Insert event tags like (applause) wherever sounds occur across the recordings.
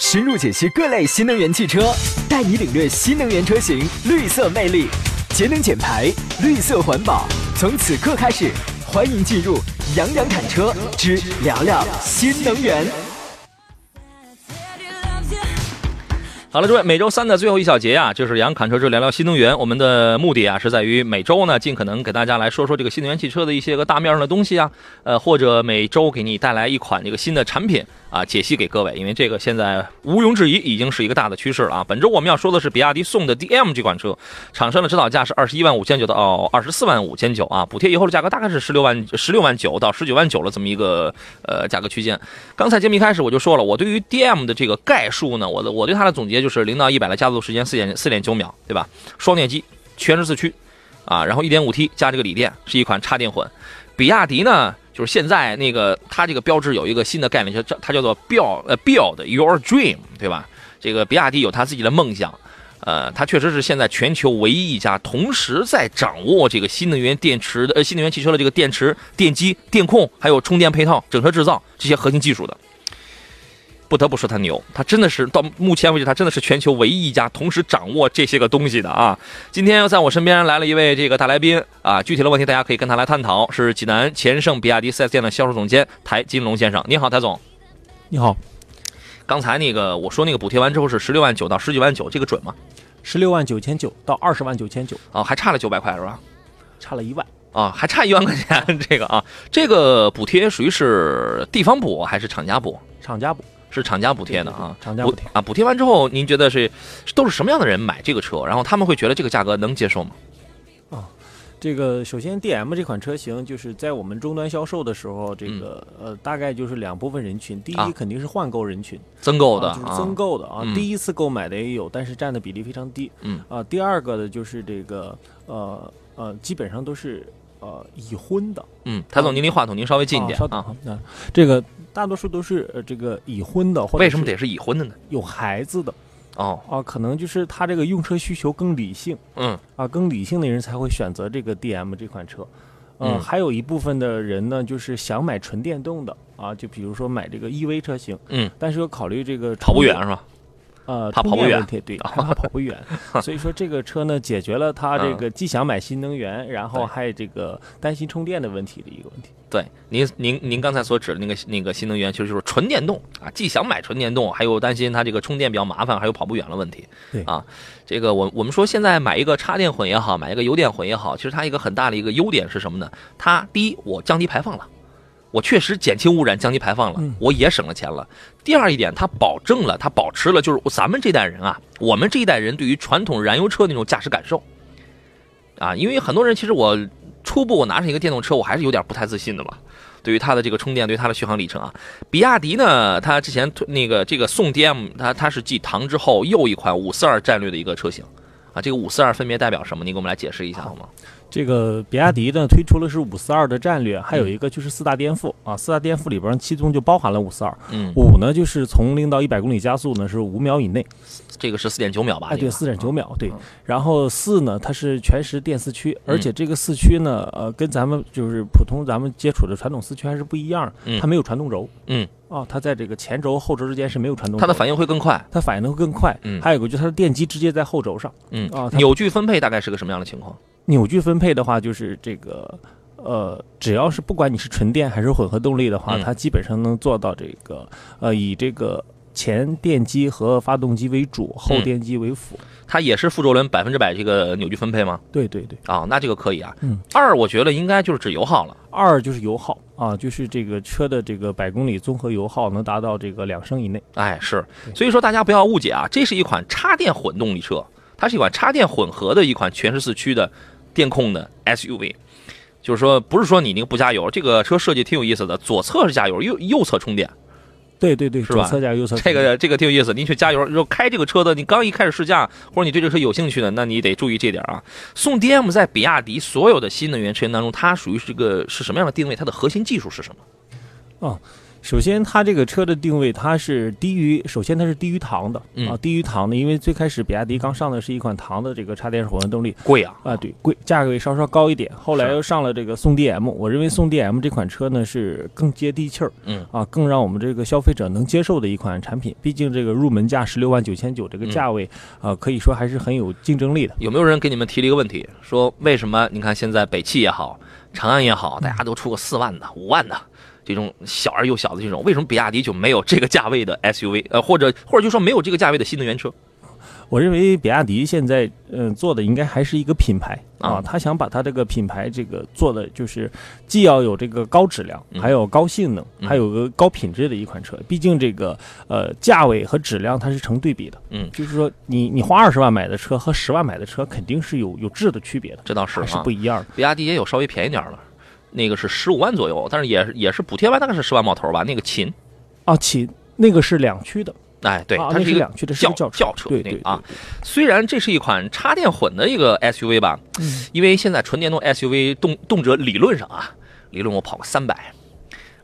深入解析各类新能源汽车，带你领略新能源车型绿色魅力，节能减排，绿色环保。从此刻开始，欢迎进入《杨洋侃车之聊聊新能源》。好了，诸位，每周三的最后一小节啊，就是杨侃车之聊聊新能源。我们的目的啊，是在于每周呢，尽可能给大家来说说这个新能源汽车的一些个大面上的东西啊，呃，或者每周给你带来一款这个新的产品啊，解析给各位。因为这个现在毋庸置疑，已经是一个大的趋势了啊。本周我们要说的是比亚迪宋的 DM 这款车，厂商的指导价是二十一万五千九到二十四万五千九啊，补贴以后的价格大概是十六万十六万九到十九万九了这么一个呃价格区间。刚才节目一开始我就说了，我对于 DM 的这个概述呢，我的我对它的总结就是零到一百的加速时间四点四点九秒，对吧？双电机，全时四驱，啊，然后一点五 T 加这个锂电，是一款插电混。比亚迪呢，就是现在那个它这个标志有一个新的概念，叫它叫做 “build” 呃 “build your dream”，对吧？这个比亚迪有它自己的梦想，呃，它确实是现在全球唯一一家同时在掌握这个新能源电池的呃新能源汽车的这个电池、电机、电控，还有充电配套、整车制造这些核心技术的。不得不说它牛，它真的是到目前为止，它真的是全球唯一一家同时掌握这些个东西的啊。今天在我身边来了一位这个大来宾啊，具体的问题大家可以跟他来探讨，是济南前盛比亚迪 4S 店的销售总监台金龙先生。你好，台总。你好，刚才那个我说那个补贴完之后是十六万九到十九万九，这个准吗？十六万九千九到二十万九千九，啊，还差了九百块是吧？差了一万。啊，还差一万块钱， (laughs) 这个啊，这个补贴属于是地方补还是厂家补？厂家补是厂家补贴的啊。厂家补补贴，啊，补贴完之后，您觉得是都是什么样的人买这个车？然后他们会觉得这个价格能接受吗？这个首先 DM 这款车型就是在我们终端销售的时候，这个、呃大概就是两部分人群，第嗯啊一肯定是换购人群，增购的啊就是增购的啊，嗯第一次购买的也有，但是占的比例非常低。嗯啊，第二个的就是这个呃呃，基本上都是呃已婚的，嗯，台总，您离话筒您稍微近一点稍等啊。啊，那这个大多数都是呃这个已婚的，或者为什么是得是已婚的呢？有孩子的哦，啊？可能就是他这个用车需求更理性。嗯啊，更理性的人才会选择这个 DM 这款车。呃，嗯还有一部分的人呢，就是想买纯电动的啊，就比如说买这个 EV 车型，嗯，但是又考虑这个跑不充远电，是吧？呃，怕充跑不电远问 (laughs) 题，对，害怕跑不远。所以说这个车呢，解决了他这嗯个既想买新能源，然后对还这个担心充电的问题的一个问题。对，您您您刚才所指的那个那个新能源，其实就是纯电动啊，既想买纯电动，还有担心它这个充电比较麻烦，还有跑不远的问题。对啊，这个我我们说现在买一个插电混也好，买一个油电混也好，其实它一个很大的一个优点是什么呢？它第一，我降低排放了。我确实减轻污染，降低排放了嗯，我也省了钱了。第二一点，它保证了，它保持了，就是咱们这代人啊，我们这一代人对于传统燃油车那种驾驶感受，啊，因为很多人其实我初步我拿上一个电动车，我还是有点不太自信的嘛。对于它的这个充电，对于它的续航里程啊，比亚迪呢，它之前推那个这个宋 DM，它它是继唐之后又一款五四二战略的一个车型啊。这个五四二分别代表什么？你给我们来解释一下好吗？这个比亚迪呢推出了是五四二的战略，还有一个就是四大颠覆啊，四大颠覆里边儿其中就包含了五四二。嗯，啊五呢就是从零到一百公里加速呢是五秒以内，这个是四点九秒吧？哎，这对，个四点九秒，对嗯。然后四呢，它是全时电四驱，而且这个四驱呢，呃，跟咱们就是普通咱们接触的传统四驱还是不一样嗯，它没有传动轴，嗯，哦，它在这个前轴后轴之间是没有传动轴，它的反应会更快。它反应的会更快。嗯还有一个就是它的电机直接在后轴上，嗯啊，它扭矩分配大概是个什么样的情况？扭矩分配的话就是这个。呃，只要是不管你是纯电还是混合动力的话，嗯它基本上能做到这个，呃，以这个前电机和发动机为主，后嗯电机为辅。它也是副轴轮百分之百这个扭矩分配吗？对对对。啊，那这个可以啊。嗯，二我觉得应该就是指油耗了。二就是油耗啊，就是这个车的这个百公里综合油耗能达到这个两升以内。哎，是，对所以说大家不要误解啊，这是一款插电混动力车，它是一款插电混合的一款全时四驱的电控的 SUV。就是说，不是说你那个不加油，这个车设计挺有意思的，左侧是加油，右右侧充电，对对对，是吧左侧加右侧这个这个挺有意思。您去加油，就开这个车的，你刚一开始试驾，或者你对这个车有兴趣的，那你得注意这点啊。宋 DM 在比亚迪所有的新能源车型当中，它属于是个是什么样的定位？它的核心技术是什么？首先，它这个车的定位，它是低于，首先它是低于唐的、嗯啊，低于唐的，因为最开始比亚迪刚上的是一款唐的这个插电式混合动力贵啊，啊，对，贵，价格也稍稍高一点。后来是又上了这个宋 DM，我认为宋 DM 这款车呢是更接地气儿，嗯啊，更让我们这个消费者能接受的一款产品。毕竟这个入门价十六万九千九这个嗯价位，啊，可以说还是很有竞争力的。有没有人给你们提了一个问题，说为什么你看现在北汽也好，长安也好，大家都出个四万的、五万的这种小而又小的这种，为什么比亚迪就没有这个价位的 SUV？呃，或者或者就说没有这个价位的新能源车？我认为比亚迪现在嗯、呃做的应该还是一个品牌啊啊，他想把他这个品牌这个做的就是既要有这个高质量，嗯还有高性能，嗯还有个高品质的一款车。毕竟这个呃价位和质量它是成对比的，嗯就是说你你花二十万买的车和十万买的车肯定是有有质的区别的，这倒是还是啊不，一样的。比亚迪也有稍微便宜点儿的，那个是十五万左右，但是也是也是补贴完大概是十万冒头吧。那个秦，啊，其那个是两驱的，哎，对，啊，它那是是一个两驱的，是轿个轿车。轿车对那对个啊，，虽然这是一款插电混的一个 SUV 吧，嗯因为现在纯电动 SUV 动动辄理论上啊，理论我跑个三百，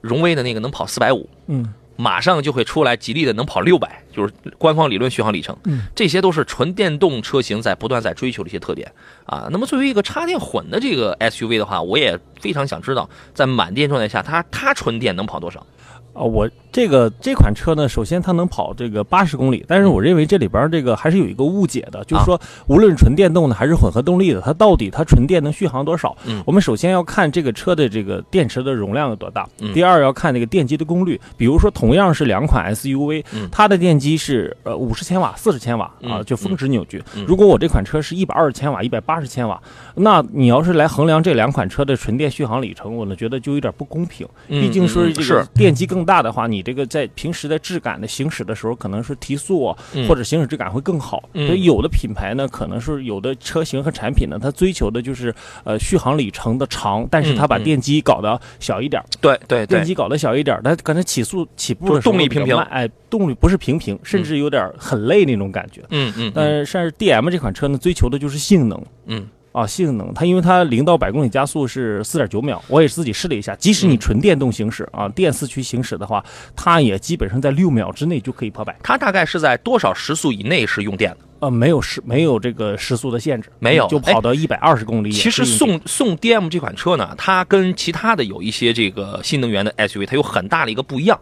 荣威的那个能跑四百五，嗯马上就会出来吉利的能跑六百，就是官方理论续航里程，嗯，这些都是纯电动车型在不断在追求的一些特点啊。那么作为一个插电混的这个 SUV 的话，我也非常想知道，在满电状态下，它它纯电能跑多少？啊，我这个这款车呢，首先它能跑这个八十公里，但是嗯我认为这里边儿这个还是有一个误解的，啊就是说无论纯电动的还是混合动力的，它到底它纯电能续航多少？嗯我们首先要看这个车的这个电池的容量有多大，嗯第二要看那个电机的功率。比如说同样是两款 SUV，、嗯它的电机是呃五十千瓦、四十千瓦啊嗯，就峰值扭矩。嗯如果我这款车是一百二十千瓦、一百八十千瓦，那你要是来衡量这两款车的纯电续航里程，我呢觉得就有点不公平。毕竟说嗯嗯这是个电机更大的话，你这个在平时在质感的行驶的时候，可能是提速啊，嗯或者行驶质感会更好。嗯所以有的品牌呢，可能是有的车型和产品呢，它追求的就是呃续航里程的长，但是它把嗯嗯电机搞得小一点儿，嗯对对电对，机搞得小一点儿，它可能起速起步的时就候动力比较平平慢哎，动力不是平平，甚至有点儿很累那种感觉。嗯嗯但嗯是但是 DM 这款车呢，追求的就是性能。嗯，啊，性能，它因为它零到百公里加速是四点九秒，我也是自己试了一下。即使你嗯纯电动行驶啊，电四驱行驶的话，它也基本上在六秒之内就可以破百，它大概是在多少时速以内是用电的？呃，没有时没有这个时速的限制，没有就跑到一百二十公里也其是实一定。宋宋 DM 这款车呢，它跟其他的有一些这个新能源的 SUV，它有很大的一个不一样。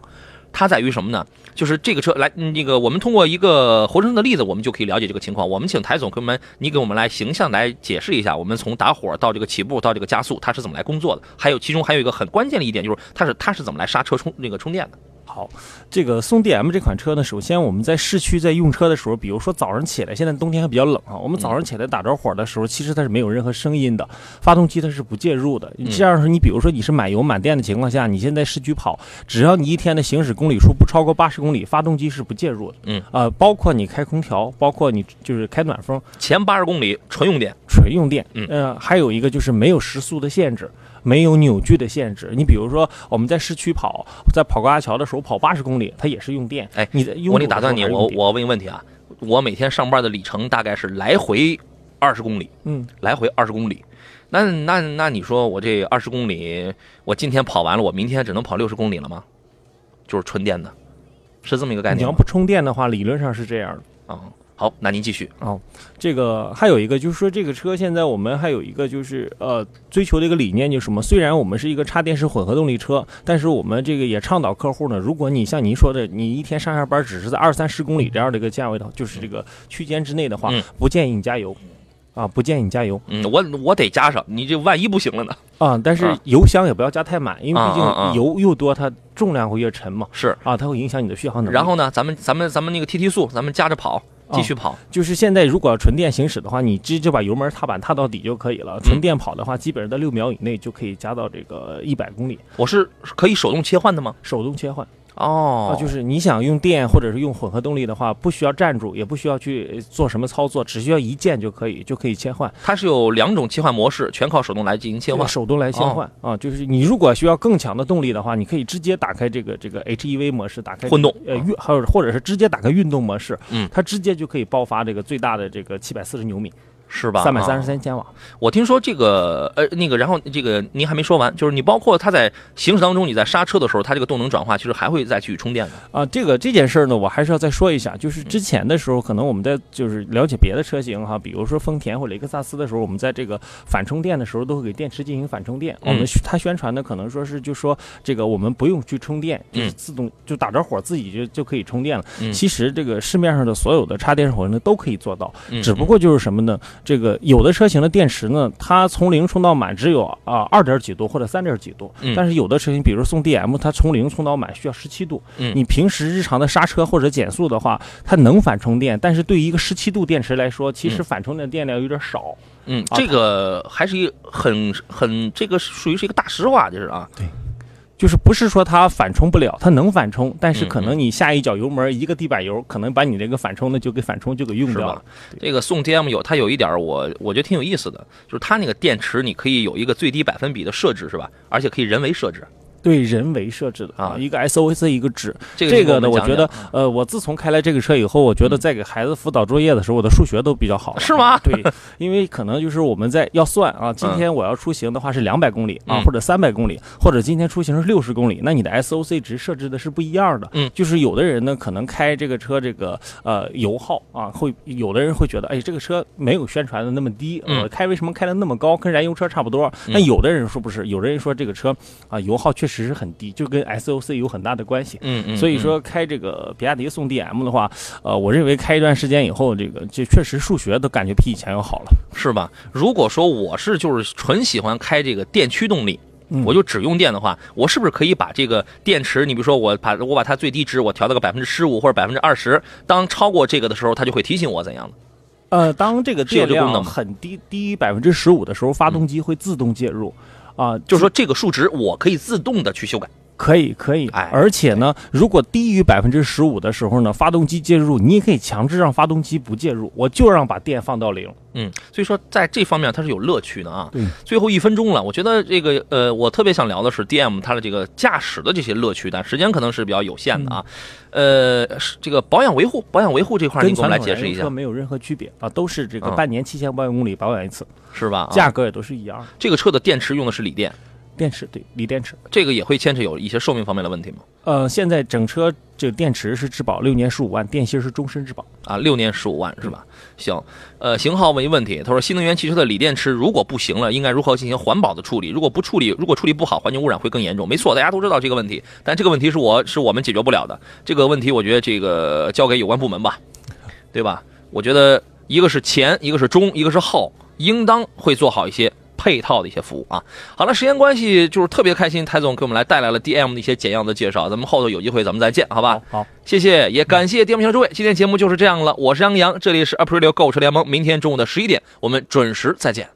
它在于什么呢？就是这个车来，嗯那个我们通过一个活生生的例子，我们就可以了解这个情况。我们请台总给我们，你给我们来形象来解释一下，我们从打火到这个起步到这个加速，它是怎么来工作的？还有其中还有一个很关键的一点，就是它是它是怎么来刹车充那个充电的？好，这个宋 DM 这款车呢，首先我们在市区在用车的时候，比如说早上起来，现在冬天还比较冷啊，我们早上起来打着火的时候，其实它是没有任何声音的，发动机它是不介入的。这样是你比如说你是满油满电的情况下，你现在市区跑，只要你一天的行驶公里数不超过八十公里，发动机是不介入的。嗯，呃，包括你开空调，包括你就是开暖风，前八十公里纯用电，纯用电，嗯呃，还有一个就是没有时速的限制，没有扭矩的限制。你比如说，我们在市区跑，在跑高架桥的时候跑八十公里，它也是用电。哎你在拥我得堵的打断你，时候还是我用电我问一个问题啊，我每天上班的里程大概是来回二十公里。嗯，来回二十公里。那那那你说我这二十公里，我今天跑完了，我明天只能跑六十公里了吗？就是纯电的，是这么一个概你念要吗不充电的话，理论上是这样的。啊、好，那您继续。这个还有一个就是说，这个车现在我们还有一个就是呃追求的一个理念就是什么？虽然我们是一个插电式混合动力车，但是我们这个也倡导客户呢，如果你像您说的，你一天上下班只是在二三十公里这样的一个价位的，就是这个区间之内的话嗯，不建议你加油。啊，不建议你加油嗯，我我得加上，你这万一不行了呢？啊！但是啊油箱也不要加太满，因为毕啊啊啊竟油越多，它重量会越沉嘛。是。啊，它会影响你的续航 (laughs) 能力。然后呢，咱们咱们咱们那个提提速，咱们加着跑，哦继续跑。就是现在，如果要纯电行驶的话，你直接就把油门踏板踏到底就可以嗯了。纯电跑的话，基本上在六秒以内就可以加到这个嗯一百公里，我是可以手动切换的吗？手动切换啊哦，，就是你想用电或者是用混合动力的话，不需要站住，也不需要去呃做什么操作，只需要一键就可以就可以切换，它是有两种切换模式，全靠手动来进行切换。哦手动来切换、啊。就是你如果需要更强的动力的话，你可以直接打开这个这个 HEV 模式，打开混动呃运，还有或者是直接打开运动模式，嗯它直接就可以爆发这个最大的这个七百四十牛米是吧？三百三啊十三千瓦。我听说这个呃那个，然后这个您还没说完，就是你包括它在行驶当中，你在刹车的时候，它这个动能转化其实还会再去充电的。啊，这个这件事儿呢，我还是要再说一下，嗯就是之前的时候，可能我们在就是了解别的车型哈，比如说丰田或雷克萨斯的时候，我们在这个反充电的时候都会给电池进行反充电。我嗯们宣它宣传的可能说是就说这个我们不用去充电，就是嗯自动就打着火自己就就可以充电了。嗯其实这个市面上的所有的插电式火车呢都可以做到，嗯只不过就是什么呢？这个有的车型的电池呢，它从零充到满只有啊二点几度或者三点几度嗯，但是有的车型，比如宋 DM，它从零充到满需要十七度嗯。你平时日常的刹车或者减速的话，它能反充电，但是对于一个十七度电池来说，其实嗯反充的电量有点少。嗯，啊这个还是一个很很这个属于是一个大实话，就是啊，就是不是说它反充不了，它能反充，但是嗯可能你下一脚油门，一个地板油，可能把你这个反充的就给反充就给用是掉吧了。？这个宋 DM 有它有一点儿我我觉得挺有意思的，就是它那个电池你可以有一个最低百分比的设置是吧？而且可以人为设置，对人为设置的啊一个 SOS 一个指，这个这你给个呢，们我讲觉得讲，嗯呃，我自从开了这个车以后，我觉得在给孩子辅导作业的时候，我的数学都比较好了，是吗对，因为可能就是我们在要算啊，今天我要出行的话是两百公里啊嗯，或者三百公里，或者今天出行是六十公里，那你的 SOC 值设置的是不一样的。嗯就是有的人呢，可能开这个车这个呃油耗啊，会有的人会觉得，哎，这个车没有宣传的那么低，嗯我开为什么开的那么高，跟燃油车差不多？嗯但有的人说不是，有的人说这个车啊油耗确实是很低，就跟 SOC 有很大的关系。嗯嗯，所以嗯说开这个比亚迪宋 DM 的话，呃，我认为开一段时间以后，这个这确实数学都感觉比以前要好了。是吧？如果说我是就是纯喜欢开这个电驱动力。嗯我就只用电的话，我是不是可以把这个电池，你比如说我把我把它最低值我调到个百分之十五或者百分之二十，当超过这个的时候，它就会提醒我怎样的？呃，当这个是有这电功能量吗很低，低于百分之十五的时候，发动机会自动介入。啊、就是说这个数值我可以自动的去修改。可以，可以哎，而且呢，如果低于百分之十五的时候呢，发动机介入，你也可以强制让发动机不介入，我就让把电放到零。嗯，所以说在这方面它是有乐趣的啊。对，最后一分钟了，我觉得这个呃，我特别想聊的是 DM 它的这个驾驶的这些乐趣，但时间可能是比较有限的啊。呃，是这个保养维护，保养维护这块儿嗯跟你给我们传来统解释燃一油下车，没有任何区别啊，都是这个嗯半年七千万公里保养一次，是吧？啊，价格也都是一样的。这个车的电池用的是锂电，电池对，锂电池。这个也会牵扯有一些寿命方面的问题吗？呃，现在整车这个电池是质保六年十五万，电芯是终身质保。啊，六年十五万是吧？行，呃，型号没问题。他说，新能源汽车的锂电池如果不行了，应该如何进行环保的处理？如果不处理，如果处理不好，环境污染会更严重。没错，大家都知道这个问题，但这个问题是我是我们解决不了的。这个问题，我觉得这个交给有关部门吧，对吧？我觉得一个是钱，一个是中，一个是后，应当会做好一些。配套的一些服务啊，好了，时间关系，就是特别开心，台总给我们来带来了 DM 的一些简要的介绍，咱们后头有机会咱们再见，好吧？好，谢谢，也感谢电幕前的诸位。今天节目就是这样了，我是杨洋，这里是 Aprilio 购车联盟，明天中午的十一点，我们准时再见。